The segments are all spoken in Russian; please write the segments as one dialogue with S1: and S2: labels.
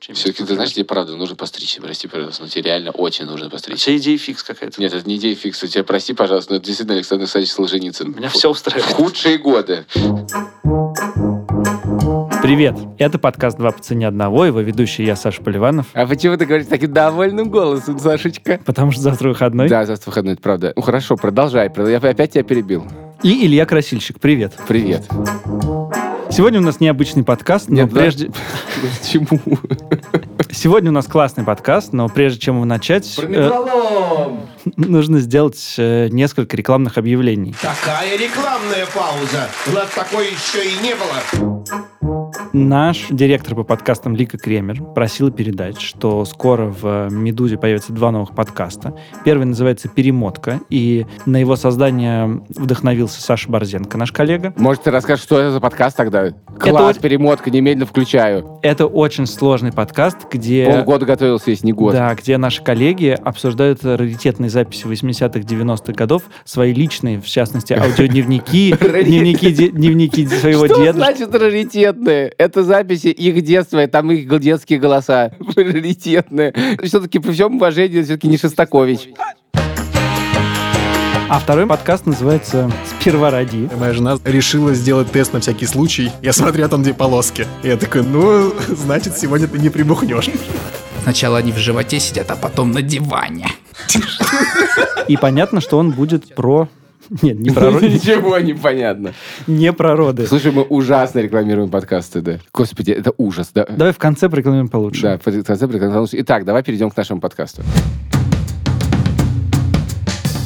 S1: чем
S2: Все-таки, ты
S1: Инстаграм.
S2: знаешь, тебе правда нужно постричься, прости, пожалуйста, но тебе реально очень нужно постричься.
S1: Вообще идея фикс какая-то.
S2: Нет, это не идея фикса, тебя прости, пожалуйста, но это действительно Александр Александрович Солженицын.
S1: Меня
S2: Фу.
S1: все устраивает.
S2: Худшие годы.
S3: Привет! Это подкаст «Два по цене одного», его ведущий я, Саша Поливанов.
S2: А почему ты говоришь таким довольным голосом, Сашечка?
S3: Потому что завтра выходной.
S2: Да, завтра выходной, это правда. Ну хорошо, продолжай. прод- Я опять тебя перебил.
S3: И Илья Красильщик, привет.
S2: Привет.
S3: Сегодня у нас необычный подкаст, но
S2: Нет, да.
S3: прежде...
S2: Почему?
S3: Сегодня у нас классный подкаст, но прежде чем его начать, э, нужно сделать э, несколько рекламных объявлений.
S4: Такая рекламная пауза. У нас такой еще и не было.
S3: Наш директор по подкастам Лика Кремер просила передать, что скоро в «Медузе» появятся два новых подкаста. Первый называется «Перемотка», и на его создание вдохновился Саша Борзенко, наш коллега.
S2: Может, ты расскажешь, что это за подкаст тогда? Класс,
S3: вот-
S2: перемотка, немедленно включаю.
S3: Это очень сложный подкаст, где...
S2: Полгода готовился, если не год.
S3: Да, где наши коллеги обсуждают раритетные записи 80-х, 90-х годов, свои личные, в частности, аудиодневники, дневники, де- дневники своего
S2: Что
S3: деда.
S2: значит раритетные? Это записи их детства, и там их гл- детские голоса. Раритетные. Все-таки при всем уважении, все-таки не Шестакович.
S3: А второй подкаст называется «Сперва ради».
S5: Моя жена решила сделать тест на всякий случай. Я смотря там, где полоски. И я такой, ну, значит, сегодня ты не прибухнешь.
S6: Сначала они в животе сидят, а потом на диване.
S3: И понятно, что он будет про... Нет, не про, роды,
S2: Ничего не понятно.
S3: не про роды.
S2: Слушай, мы ужасно рекламируем подкасты, да. Господи, это ужас, да.
S3: Давай в конце прикладываем получше.
S2: Да, под- концепт рекламировался. Итак, давай перейдем к нашему подкасту.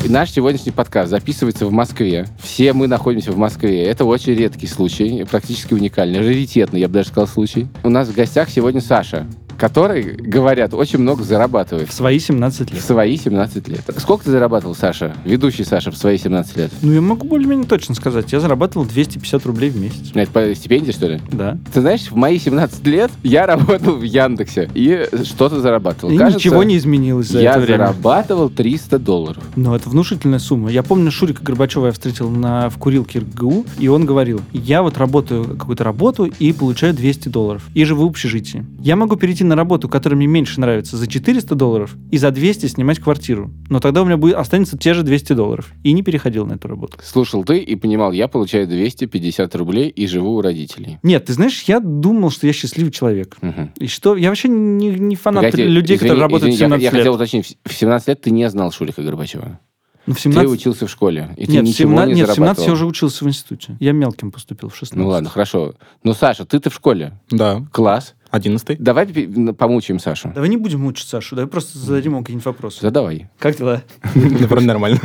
S2: И Наш сегодняшний подкаст записывается в Москве. Все мы находимся в Москве. Это очень редкий случай, практически уникальный, раритетный, я бы даже сказал, случай. У нас в гостях сегодня Саша, который, говорят, очень много зарабатывает
S3: В свои 17
S2: в
S3: лет.
S2: свои 17 лет. Сколько ты зарабатывал, Саша, ведущий Саша, в свои 17 лет?
S3: Ну, я могу более-менее точно сказать. Я зарабатывал 250 рублей в месяц.
S2: Это по стипендии, что ли?
S3: Да.
S2: Ты знаешь, в мои 17 лет я работал в Яндексе и что-то зарабатывал.
S3: И
S2: Ну, Кажется,
S3: ничего не изменилось за
S2: я
S3: это время.
S2: зарабатывал 300 долларов.
S3: Но это внушительная сумма. Я помню, Шурика Горбачева я встретил на, в курилке РГУ, и он говорил, я вот работаю какую-то работу и получаю 200 долларов, и живу в общежитии. Я могу перейти на работу, которая мне меньше нравится, за 400 долларов и за 200 снимать квартиру. Но тогда у меня будет, останется те же 200 долларов. И не переходил на эту работу.
S2: Слушал ты и понимал, я получаю 250 рублей и живу у родителей.
S3: Нет, ты знаешь, я думал, что я счастливый человек.
S2: Мгм.
S3: И что? Я вообще не, не фанат
S2: Погоди,
S3: людей,
S2: извини,
S3: которые
S2: извини,
S3: работают
S2: я-
S3: в 17
S2: я,
S3: лет.
S2: хотел уточнить, в 17 лет ты не знал Шурика Горбачева.
S3: Ну, в 17...
S2: Ты учился в школе, и ты
S3: Нет, в
S2: ничего
S3: 17...
S2: не
S3: Нет, в 17
S2: зарабатывал.
S3: я уже учился в институте. Я мелким поступил в 16.
S2: Ну ладно, хорошо. Ну, Саша, ты-то в школе.
S7: Да,
S2: Класс.
S7: одиннадцатый.
S2: Давай пи- на- помучаем Сашу.
S3: Давай не будем мучить Сашу, давай просто зададим ему какие-нибудь вопросы.
S2: Задавай.
S3: Как дела?
S7: Вроде нормально.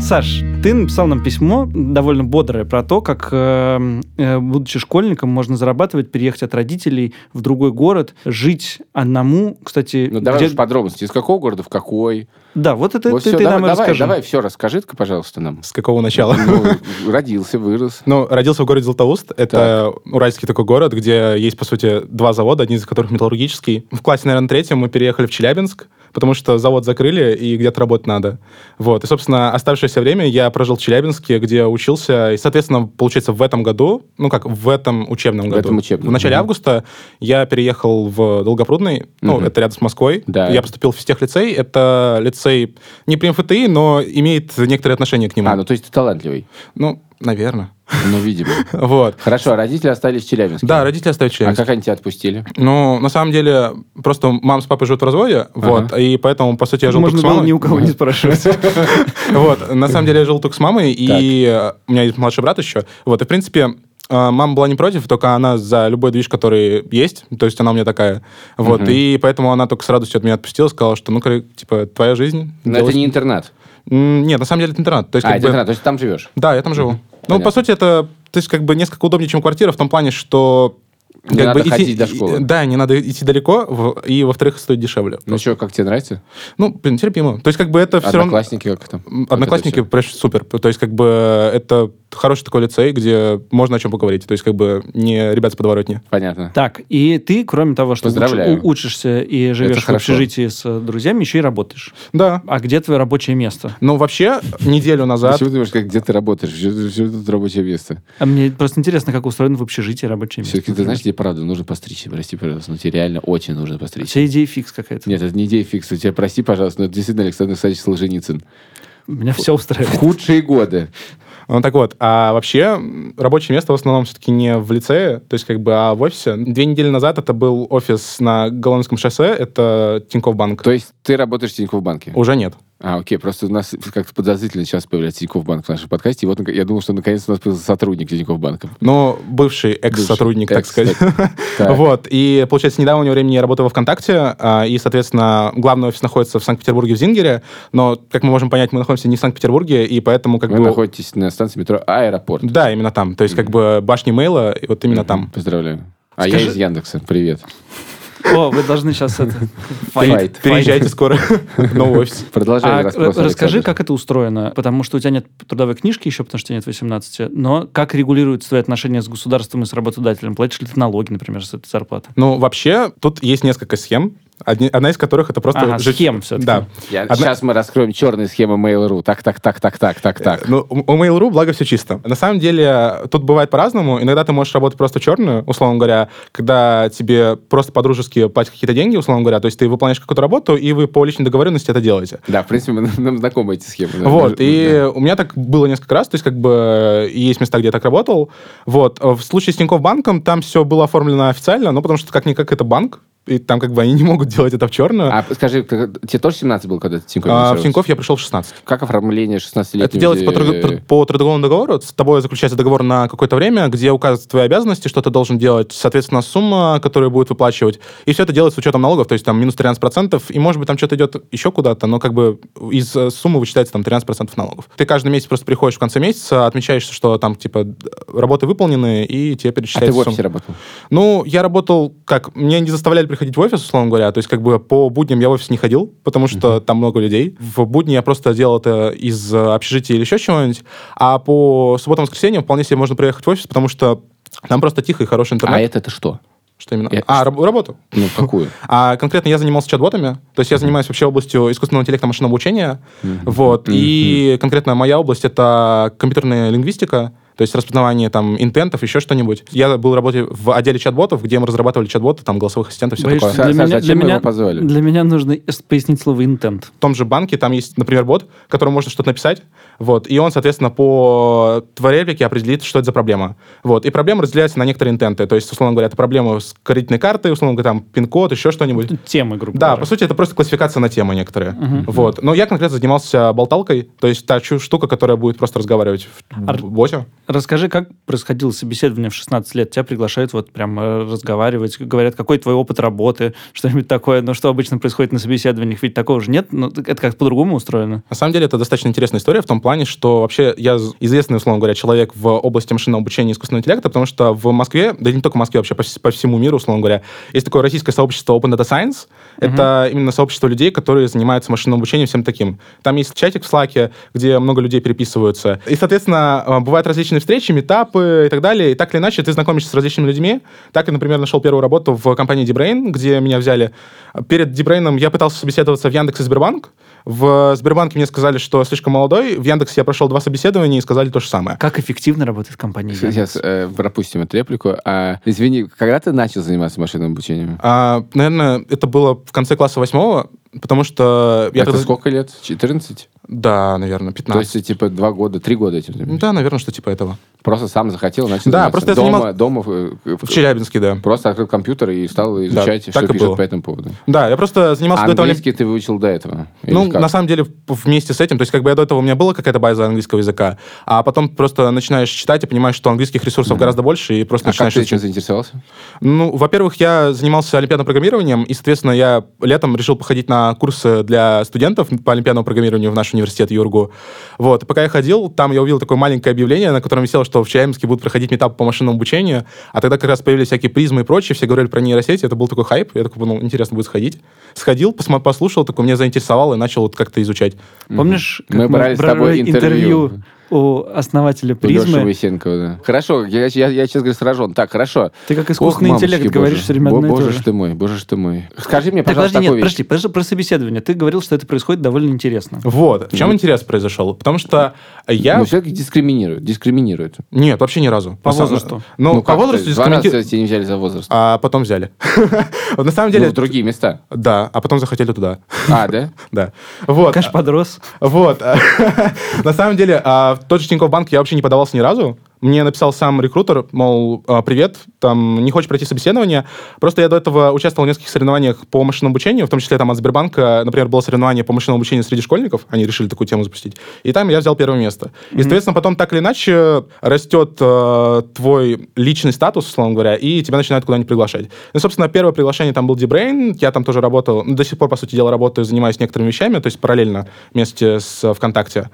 S3: Саш, ты написал нам письмо довольно бодрое про то, как, эм, э, будучи школьником, можно зарабатывать, переехать от родителей в другой город, жить одному, кстати...
S2: Ну, давай
S3: где-
S2: уж подробности. Из какого города, в какой?
S3: Да, вот это
S2: Вот
S3: ты,
S2: всё,
S3: ты
S2: давай,
S3: нам и
S2: давай,
S3: расскажи.
S2: давай, все расскажи-ка, пожалуйста, нам.
S7: С какого начала?
S2: Ну, родился, вырос.
S7: Ну, родился в городе Златоуст. Это ну, уральский такой город, где есть, по сути, два завода, один из которых металлургический. В классе, наверное, третьем мы переехали в Челябинск, потому что завод закрыли, и где-то работать надо. Вот. И, собственно, оставшееся время я прожил в Челябинске, где учился. И, соответственно, получается, в этом году, ну как, в этом учебном
S2: В
S7: году.
S2: этом учебном,
S7: В начале
S2: мгм.
S7: августа я переехал в Долгопрудный, ну,
S2: Мгм.
S7: это рядом с Москвой.
S2: Да.
S7: Я поступил в физтехлицей. Это лицей не при МФТИ, но имеет некоторые отношения к нему.
S2: А, ну то есть ты талантливый.
S7: Ну, наверное.
S2: Ну, видимо.
S7: Вот.
S2: Хорошо, а родители остались в Челябинске.
S7: Да, родители оставили
S2: А
S7: Челябинск.
S2: как они тебя отпустили?
S7: Ну, на самом деле, просто мама с папой живут в разводе, вот, и поэтому, по сути, я жил
S3: Ну, Можно
S7: только с
S3: было
S7: мамой.
S3: ни у кого не спрашивать.
S7: Вот, на самом деле, я жил только с мамой, и э, у меня есть младший брат еще. Вот, и, в принципе, э, мама была не против, только она за любой движ, который есть, то есть она у меня такая. Вот, и поэтому она только с радостью от меня отпустила, сказала, что, ну, ка- типа, твоя жизнь.
S2: Но
S7: делай
S2: это
S7: с-
S2: не интернат.
S7: М, Нет, на самом деле, это интернат. То есть,
S2: А,
S7: как
S2: это
S7: бы-
S2: интернат, то есть ты там живешь.
S7: Да, я там живу. Ну,
S2: Понятно.
S7: по сути, это, то есть, как бы несколько удобнее, чем квартира, в том плане, что
S2: Не
S7: Как
S2: надо
S7: бы идти-
S2: ходить до школы.
S7: и- Да, не надо идти далеко, в- и, во-вторых, стоит дешевле.
S2: Ну что, как тебе нравится?
S7: Ну, блин, терпимо. То есть, как бы это все равно...
S2: Одноклассники как там?
S7: М,
S2: Вот это
S7: Одноклассники,
S2: всё.
S7: прям супер. То есть, как бы, это хороший такой лицей, где можно о чем поговорить. То есть, как бы, не ребят с подворотни.
S2: Понятно.
S3: Так, и ты, кроме того, что
S2: Поздравляю.
S3: уч- у- учишься и живешь в
S2: хорошо.
S3: общежитии с э, друзьями, еще и работаешь.
S7: Да.
S3: А где твое рабочее место?
S7: Ну, вообще, неделю назад...
S2: Почему ты думаешь, как где ты работаешь? Все, тут рабочее место.
S3: А мне просто интересно, как устроено в общежитии рабочее место.
S2: Все-таки ты знаешь, тебе правда нужно постричься. Прости, пожалуйста, но тебе реально очень нужно постричься.
S3: Вся идея фикс какая-то.
S2: Нет, это не идея фикса. Тебя прости, пожалуйста, но это действительно Александр Александрович Солженицын.
S3: Меня все
S2: В
S3: устраивает.
S2: худшие годы.
S7: Ну, так вот. А вообще, м, рабочее место в основном все-таки не в лицее, то есть, как бы, а в офисе. Две недели назад это был офис на Голландском шоссе, это Тинькофф банк.
S2: То есть ты работаешь в Тинькофф банке?
S7: Уже нет.
S2: А, окей, просто у нас как-то подозрительно сейчас появляется Тинькофф банк в нашем подкасте. И вот нак- я думал, что наконец у нас появился сотрудник Тинькофф банка.
S7: Но Ну, бывший экс-сотрудник, так
S2: Экс,
S7: сказать.
S2: Так.
S7: Вот, и, получается, недавнего времени я работаю во ВКонтакте, а, и, соответственно, главный офис находится в Санкт-Петербурге, в Зингере, но, как мы можем понять, мы находимся не в Санкт-Петербурге, и поэтому как
S2: Вы
S7: бы...
S2: находитесь на станции метро Аэропорт.
S7: Да, именно там, то есть как бы башни мейла, и вот именно там.
S2: Поздравляю. А я
S7: Скажи-
S2: из Яндекса. Привет.
S3: О, вы должны сейчас это...
S2: Файт.
S7: Переезжайте скоро в новый офис.
S2: Продолжай
S3: А
S2: расспрос,
S3: р- расскажи,
S2: Александр.
S3: как это устроено, потому что у тебя нет трудовой книжки еще, потому что тебе нет 18, но как регулируются твои отношения с государством и с работодателем? Платишь ли ты налоги, например, с этой зарплаты?
S7: Ну, вообще, тут есть несколько схем, одни- одна из которых это просто...
S3: Ага,
S7: жи-
S3: схем всё-таки.
S7: Да.
S2: Я-
S7: Одна-
S2: Сейчас мы раскроем черные схемы Mail.ru. Так, так, так, так, так, так, так.
S7: Ну, у у Mail.ru, благо, все чисто. На самом деле, тут бывает по-разному. Иногда ты можешь работать просто черную, условно говоря, когда тебе просто по-дружески платят какие-то деньги, условно говоря. То есть ты выполняешь какую-то работу, и вы по личной договоренности это делаете.
S2: Да, в принципе, мы- нам знакомы эти схемы. да.
S7: Вот,
S2: Да.
S7: и у меня так было несколько раз, то есть как бы есть места, где я так работал. Вот, в случае с Тинькофф банком там все было оформлено официально, но потому что как-никак это банк, и там как бы они не могут делать это в черную.
S2: А скажи, ты- тебе тоже 17 был, когда ты в Тинькофф
S7: А, в
S2: устроился?
S7: Тинькофф я пришел в 16.
S2: Как оформление А 16 лет?
S7: Это делается по, тру- тр- по трудовому договору. С тобой заключается договор на какое-то время, где указываются твои обязанности, что ты должен делать, соответственно, сумма, которую будет выплачивать. И все это делается с учетом налогов, то есть там минус 13%, и, может быть, там что-то идет еще куда-то, но как бы из э, суммы вычитается там 13% налогов. Ты каждый месяц просто приходишь в конце месяца, отмечаешь, что там, типа, д- работы выполнены, и тебе
S2: А ты
S7: перечисляется
S2: в офисе
S7: сумма.
S2: работал?
S7: Ну, я работал, как, меня не заставляли приходить в офис, условно говоря, то есть как бы по будням я в офис не ходил, потому что там много людей. В будни я просто делал это из э, общежития или еще чего-нибудь, а по субботам воскресеньям вполне себе можно приехать в офис, потому что там просто тихо и хороший интернет.
S2: А это-то что?
S7: Что именно?
S2: я-
S7: А, раб- работу.
S2: Ну, какую?
S7: А конкретно я занимался чат-ботами, то есть я занимаюсь вообще областью искусственного интеллекта машинного обучения, вот, и конкретно моя область — это компьютерная лингвистика, то есть распознавание там интентов, еще что-нибудь. Я был работе в отделе чат-ботов, где мы разрабатывали чат-боты, там голосовых
S2: Ну,
S7: ассистентов, все
S3: Боишься,
S7: такое.
S2: Са- Саш, зачем мы его позвали?
S3: для меня нужно с- пояснить слово «интент».
S7: В том же банке там есть, например, бот, которому можно что-то написать, вот, и он, соответственно, по твоей реплике определит, что это за проблема. Вот, и проблема разделяется на некоторые интенты, то есть, условно говоря, это проблема с кредитной картой, условно говоря, там, пин-код, еще что-нибудь.
S3: Темы, грубо
S7: Да,
S3: говоря.
S7: по сути, это просто классификация на темы некоторые. Вот. Но я конкретно занимался болталкой, то есть та чу- штука, которая будет просто разговаривать в
S3: Ар-
S7: в боте.
S3: Расскажи, как происходило собеседование в 16 лет? Тебя приглашают вот прям э, разговаривать, говорят, какой твой опыт работы, что-нибудь такое. Но что обычно происходит на собеседованиях? Ведь такого же нет. Ну, так это как по-другому устроено.
S7: На самом деле, это достаточно интересная история в том плане, что вообще я з- известный, условно говоря, человек в области машинного обучения и искусственного интеллекта, потому что в Москве, да и не только в Москве, вообще по, вс- по всему миру, условно говоря, есть такое российское сообщество Open Data Science. Это именно сообщество людей, которые занимаются машинным обучением и всем таким. Там есть чатик в Slack, где много людей переписываются. И, соответственно, э, бывают различные встречи, метапы и так далее. И так или иначе, ты знакомишься с различными людьми. Так я, например, нашел первую работу в компании D-Brain, где меня взяли. Перед D-Brain я пытался собеседоваться в Яндекс и Сбербанк. В Сбербанке мне сказали, что слишком молодой. В Яндексе я прошел два собеседования и сказали то же самое.
S3: Как эффективно работает компания?
S2: Сейчас э, пропустим эту реплику. А, извини, когда ты начал заниматься машинным обучением?
S7: А, наверное, это было в конце класса восьмого, потому что... я
S2: это
S7: тогда-
S2: сколько лет? 14?
S7: Да, наверное, 15.
S2: То есть, ты, типа, два года, три года этим занимаешься?
S7: Да, наверное, что типа этого.
S2: Просто сам захотел, начал
S7: Да,
S2: заниматься.
S7: просто я
S2: дома, дома, э, э,
S7: В Челябинске, да.
S2: Просто открыл компьютер и стал изучать,
S7: так
S2: что
S7: и
S2: пишут
S7: было.
S2: по этому поводу.
S7: Да, я просто занимался
S2: А
S7: до этого... олим-
S2: английский ты выучил до этого? Или
S7: Ну,
S2: как?
S7: на самом деле, в- вместе с этим, то есть, как бы я до этого у меня была какая-то база английского языка, а потом просто начинаешь читать и понимаешь, что английских ресурсов гораздо больше, и просто
S2: а как
S7: начинаешь
S2: ты этим
S7: изучать.
S2: заинтересовался?
S7: Ну, во-первых, я занимался олимпиадным программированием, и, соответственно, я летом решил походить на курсы для студентов по олимпиадному программированию в наш университет Юргу. Вот, и пока я ходил, там я увидел такое маленькое объявление, на котором висело, что в Челябинске будут проходить метап по машинному обучению, а тогда как раз появились всякие призмы и прочее, все говорили про нейросети, это был такой хайп, я такой, ну, интересно будет сходить. Сходил, посма- послушал, такой, меня заинтересовало, и начал вот как-то изучать.
S3: Помнишь, как
S2: Мы брали с тобой интервью.
S3: у основателя
S2: У Лёши
S3: призмы?
S2: Васенкова, да. Хорошо, я, я, я, честно говоря, сражен. Так, хорошо.
S3: Ты как
S2: Ох,
S3: искусственный
S2: мамочки
S3: интеллект
S2: боже.
S3: говоришь все время
S2: Бо-
S7: ну
S3: одно и то
S2: Боже
S3: же.
S2: ж ты мой, боже ж ты мой. Скажи мне,
S3: Так,
S2: пожалуйста,
S3: подожди, нет,
S2: такую вещь.
S3: подожди, подожди, про собеседование. Ты говорил, что это происходит довольно интересно.
S7: Вот. В чем интерес произошел? Потому что я...
S2: Ну, все-таки дискриминируют, дискриминируют.
S7: Нет, вообще ни разу.
S3: По
S7: На самом-
S3: возрасту?
S7: Ну, по
S2: как то
S7: возрасту
S2: есть, Два раза
S7: дискримини-
S2: тебя не взяли за возраст.
S7: А потом взяли. Вот На самом
S2: Ну,
S7: деле...
S2: в другие места.
S7: Да, а потом захотели туда.
S2: А, да?
S7: Да. Вот.
S2: а-
S3: Каш подрос.
S7: Вот. На самом деле, а, в тот же Тинькофф банк я вообще не подавался ни разу. Мне написал сам рекрутер, мол, а, привет, там, не хочешь пройти собеседование? Просто я до этого участвовал в нескольких соревнованиях по машинному обучению, в том числе там от Сбербанка, например, было соревнование по машинному обучению среди школьников, они решили такую тему запустить, и там я взял первое место. И, соответственно, потом так или иначе растет э, твой личный статус, условно говоря, и тебя начинают куда-нибудь приглашать. Ну, собственно, первое приглашение там был Дебрейн, я там тоже работал, ну, до сих пор, по сути дела, работаю, занимаюсь некоторыми вещами, то есть параллельно вместе с э, ВКонтакте.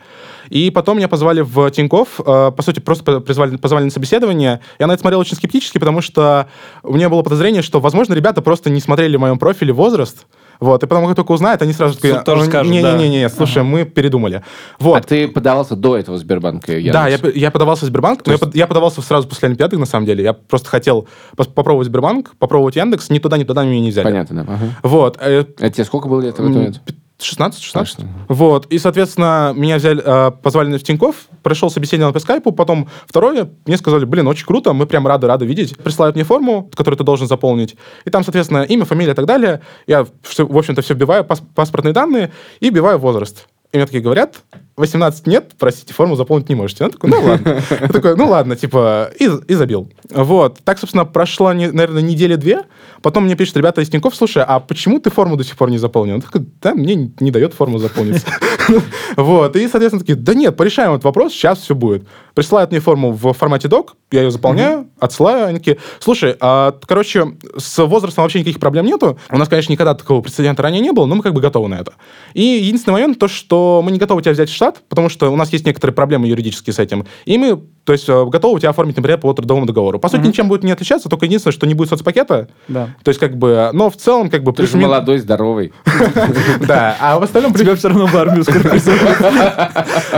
S7: И потом меня позвали в Тинькофф, э, по сути, просто по- призвали- позвали на собеседование. Я на это смотрел очень скептически, потому что у меня было подозрение, что, возможно, ребята просто не смотрели в моем профиле возраст, вот, и потом, как только узнают, они сразу такие...
S3: тоже
S7: «О,
S3: скажут, да».
S7: Не-не-не, слушай, мы передумали.
S2: А
S7: Вот.
S2: ты подавался до этого в Сбербанка? и в
S7: Да, я,
S2: Яндекс?
S7: п- я подавался в Сбербанк, но я, под- я подавался сразу после Олимпиады, на самом деле. Я просто хотел пос- попробовать Сбербанк, попробовать Яндекс, ни туда, ни туда меня не взяли.
S2: Понятно, да. ага.
S7: Вот. э,
S2: А тебе сколько было лет в этот
S7: м,
S2: момент?
S7: пи- 16, 16.
S2: Точно.
S7: Вот. И, соответственно, меня взяли, э, позвали на- в Тинькофф, прошел собеседование по скайпу, потом второе, мне сказали, блин, очень круто, мы прям рады, рады видеть. Присылают мне форму, которую ты должен заполнить. И там, соответственно, имя, фамилия и так далее. Я, всё- в общем-то, все вбиваю, пас- паспортные данные и вбиваю возраст. И мне такие говорят, 18 нет, простите, форму заполнить не можете. Я такой, ну ладно. Я такой, ну ладно, типа, и, и забил. Вот. Так, собственно, прошло, не- наверное, недели-две. Потом мне пишут ребята из Тинькофф, слушай, а почему ты форму до сих пор не заполнил? Он такой, да, мне не- не дает форму заполниться. Вот. И, соответственно, такие, да нет, порешаем этот вопрос, сейчас все будет. Присылают мне форму в формате док, я ее заполняю, отсылаю. Они такие, слушай, а, т- короче, с возрастом вообще никаких проблем нету. У нас, конечно, никогда такого прецедента ранее не было, но мы как бы готовы на это. И единственный момент, то, что мы не готовы тебя взять в штат, потому что у нас есть некоторые проблемы юридические с этим. И мы то есть э, готовы тебя оформить, например, по трудовому договору. По сути, ничем будет не отличаться, только единственное, что не будет соцпакета.
S3: Да.
S7: То есть, как бы, э, но в целом, как бы...
S2: Ты же
S7: плюс-минус-
S2: молодой, здоровый.
S7: Да, а в остальном... плюс-
S3: Тебя все равно в армию скоро призовут.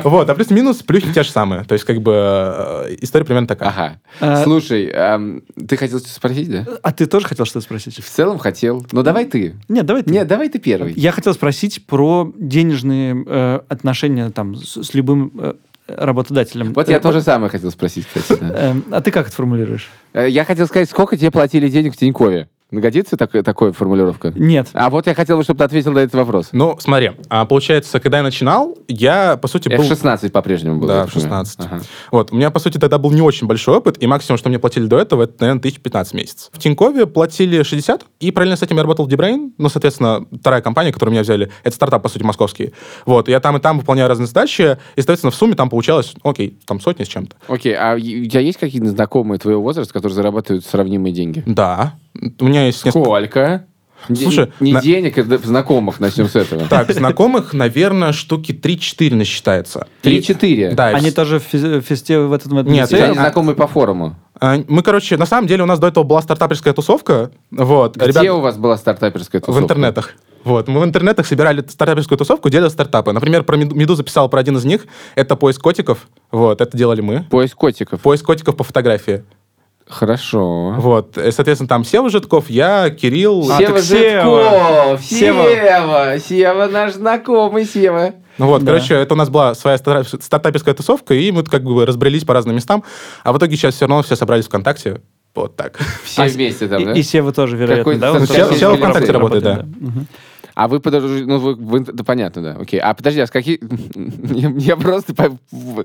S7: Вот, а плюс-минус, плюхи те же самые. То есть, как бы, э, история примерно такая.
S2: Ага.
S3: А-
S2: Слушай, ам, ты хотел что-то спросить, да?
S3: А ты тоже хотел что-то спросить?
S2: В целом хотел. Ну, давай ты.
S3: Нет, давай ты.
S2: Нет, давай ты первый.
S3: Я хотел спросить про денежные э, отношения там с, с любым э, работодателем.
S2: Вот я
S3: Э,
S2: тоже самое хотел спросить, кстати. да.
S3: э, а ты как это формулируешь?
S2: Э, Я хотел сказать, сколько тебе платили денег в Тинькове? Годится так- такая формулировка?
S3: Нет.
S2: А вот я хотел бы, чтобы ты ответил на этот вопрос.
S7: Ну, смотри, а, получается, когда я начинал, я, по сути, был...
S2: F16 по-прежнему было.
S7: Да,
S2: я так понимаю.
S7: 16.
S2: Ага.
S7: Вот, у меня, по сути, тогда был не очень большой опыт, и максимум, что мне платили до этого, это, наверное, 1015 в месяц. В Тинькове платили 60, и параллельно с этим я работал в Дебрейн, ну, соответственно, вторая компания, которую меня взяли, это стартап, по сути, московский. Вот, я там и там выполняю разные задачи, и, соответственно, в сумме там получалось, ну, окей, там сотни с чем-то.
S2: Окей, а у тебя есть какие-то знакомые твоего возраста, которые зарабатывают сравнимые деньги?
S7: Да, у меня есть несколько...
S2: Сколько? Де-
S7: Слушай,
S2: не
S7: на-
S2: денег, а д- знакомых, начнем с этого.
S7: Так, знакомых, наверное, штуки 3-4 насчитается.
S2: Три-четыре?
S7: И- Да, и
S3: Они
S7: в-
S3: тоже в физ- в фесте в этом в этом
S7: Нет,
S2: У тебя
S3: лицее?
S2: есть знакомые по форуму.
S7: а, Мы, короче, на самом деле у нас до этого была стартаперская тусовка. Вот,
S2: Где
S7: ребят-
S2: у вас была стартаперская
S7: В
S2: тусовка?
S7: интернетах. Вот, мы в интернетах собирали стартаперскую тусовку, делали стартапы. Например, про Меду- Медуза писал про один из них. Это поиск котиков. Вот, это делали мы.
S2: Поиск котиков.
S7: Поиск котиков по фотографии.
S2: Хорошо.
S7: Вот, э, соответственно, там Сева Житков, я, Кирилл.
S3: А,
S2: Сева
S3: так Сева.
S2: Житков! Сева! Сева наш знакомый, Сева.
S7: Ну вот, короче, это у нас была своя стара- стартаперская тусовка, и мы как бы разбрелись по разным местам. А в итоге сейчас все равно все собрались ВКонтакте. Вот так.
S2: Все
S3: А с-
S2: вместе там,
S3: и,
S2: да?
S3: и Сева тоже, вероятно,
S2: Какой-то
S3: да? Он
S2: совсем
S7: Сева- Сева ВКонтакте работает,
S3: Мгм.
S2: А вы подожди, ну вы, вы- да понятно, да, окей. А подожди, а с каких... Я, я просто... по- в-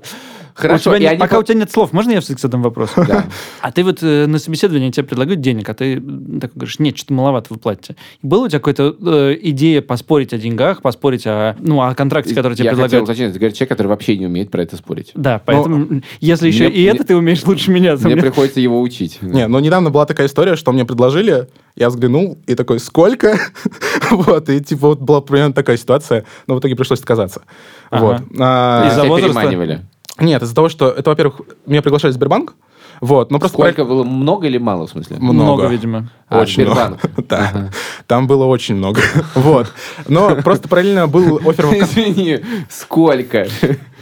S2: Хорошо,
S3: У тебя
S2: и
S3: нет-
S2: они
S3: пока
S2: по-
S3: у тебя нет слов, можно я все-таки задам вопрос?
S2: Да.
S3: А ты вот э, на собеседовании тебе предлагают денег, а ты м, такой говоришь, нет, что-то маловато вы платите. Была у тебя какая-то э, идея поспорить о деньгах, поспорить о, ну, о контракте, который тебе
S2: я хотел
S3: предлагают?
S2: уточнить, это говорит человек, который вообще не умеет про это спорить.
S3: Да, поэтому м, если еще
S2: мне-
S3: и это
S2: мне-
S3: ты умеешь лучше меня. то
S2: Мне
S3: мне-
S2: приходится его учить.
S7: Не, ну недавно была такая история, что мне предложили, я взглянул и такой, сколько? Вот, и типа вот была примерно такая ситуация, но в итоге пришлось отказаться.
S3: Ага.
S7: Вот. А,
S2: Тебя
S3: Из-за возраста?
S2: переманивали.
S7: Нет, из-за того, что это, во-первых, меня приглашали в Сбербанк, вот, но просто...
S2: Сколько было? Много или мало, в смысле?
S3: Много, видимо.
S2: А,
S7: Очень много.
S2: Сбербанк.
S7: Да.
S2: Ага.
S7: Там было очень много. Вот. Но просто параллельно был
S3: Ну,
S7: офер... в Вк-
S2: Извини, сколько?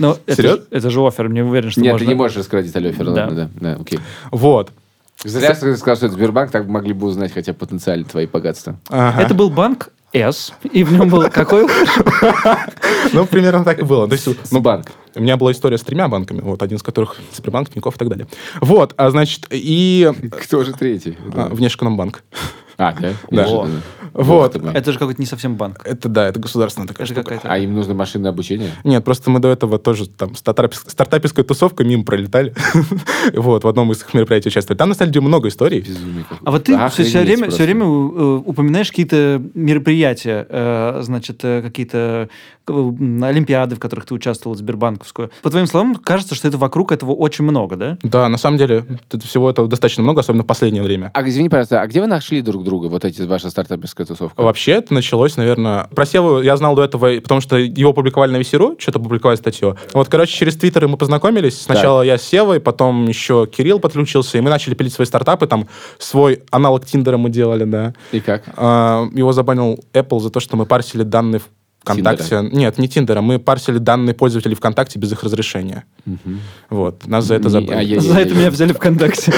S3: Но это,
S7: Серьёзно?
S3: же- это же офер, мне уверен, что
S2: Нет,
S3: можно.
S2: ты не можешь рассказать детали оффера,
S3: Да.
S2: ладно, да. Да, окей.
S7: Вот.
S2: Зря ты сказал, что это Сбербанк, так могли бы узнать хотя бы потенциально твои богатства.
S7: Ага.
S3: Это был банк S, и в нем был какой?
S7: Ну, примерно так и было. То есть,
S2: Ну,
S7: ну,
S2: банк.
S7: у меня была история с тремя банками, вот, один из которых Сбербанк, Тинькофф и так далее. Вот, а значит, и
S3: э,
S2: Кто же третий?
S7: а, Внешэкономбанк.
S2: А, да?
S7: Да.
S2: Неожиданно.
S7: Вот.
S2: Ух ты,
S3: Это же какой-то не совсем банк.
S7: Это, да, это государственная такая
S3: Это же
S7: штука.
S3: какая-то...
S2: А им нужно машинное обучение?
S7: Нет, просто мы до этого тоже там стартап, стартапистской тусовкой мимо пролетали. Вот, в одном из их мероприятий участвовали. Там, на самом деле, много историй.
S2: Безумие какое.
S3: А вот ты все,
S2: Охренеть
S3: время,
S2: просто.
S3: все время э, упоминаешь какие-то мероприятия, э, значит, э, какие-то э, м, олимпиады, в которых ты участвовал, Сбербанковскую. По твоим словам, кажется, что это вокруг этого очень много, да?
S7: Да, на самом деле, тут всего этого достаточно много, особенно в последнее время.
S2: А извини, пожалуйста, а где вы нашли друг друга, вот эти ваша стартаперская тусовка?
S7: Вообще, это началось, наверное... Про Севу я знал до этого, и- потому что его публиковали на Весеру, что-то публиковали статью. Вот, короче, через Твиттеры мы познакомились. Сначала я с Севой, потом еще Кирилл подключился, и мы начали пилить свои стартапы. Там свой аналог Тиндера мы делали, да.
S2: И как?
S7: А, Его забанил Apple за то, что мы парсили данные ВКонтакте. Нет, не Тиндера. Мы парсили данные пользователей ВКонтакте без их разрешения. Вот. Нас за это
S2: Не-
S7: забанили.
S2: а я-
S3: За это меня взяли ВКонтакте.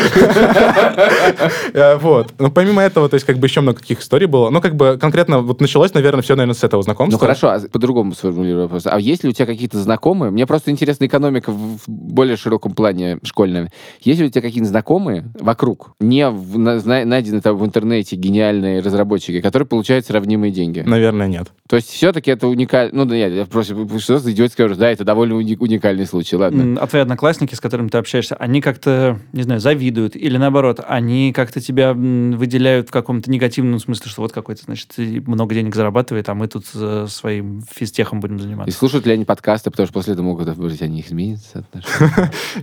S7: Э, Вот. Ну, помимо этого, то есть, как бы еще много каких историй было. Ну, как бы конкретно вот началось, наверное, все, наверное, с этого
S2: Ну
S7: знакомства.
S2: хорошо, а по-другому сформулирую вопрос. А есть ли у тебя какие-то знакомые? Мне просто интересна экономика в в более широком плане школьная. Есть ли у тебя какие-то знакомые вокруг, не в- на- зна- найдены там в интернете гениальные разработчики, которые получают сравнимые деньги?
S7: Наверное, нет.
S2: То есть все-таки это уникально... Ну да нет, я просто что за идиотское говорю, да, это довольно уни- уникальный случай, ладно.
S3: М, А твои одноклассники, с которыми ты общаешься, они как-то, не знаю, завидуют или наоборот, они как-то тебя м, выделяют в каком-то негативном смысле, что вот какой-то, значит, и много денег зарабатывает, а мы тут э, своим физтехом будем
S2: И
S3: заниматься.
S2: слушают ли они подкасты, потому что после этого могут, может быть, они их изменятся отношения.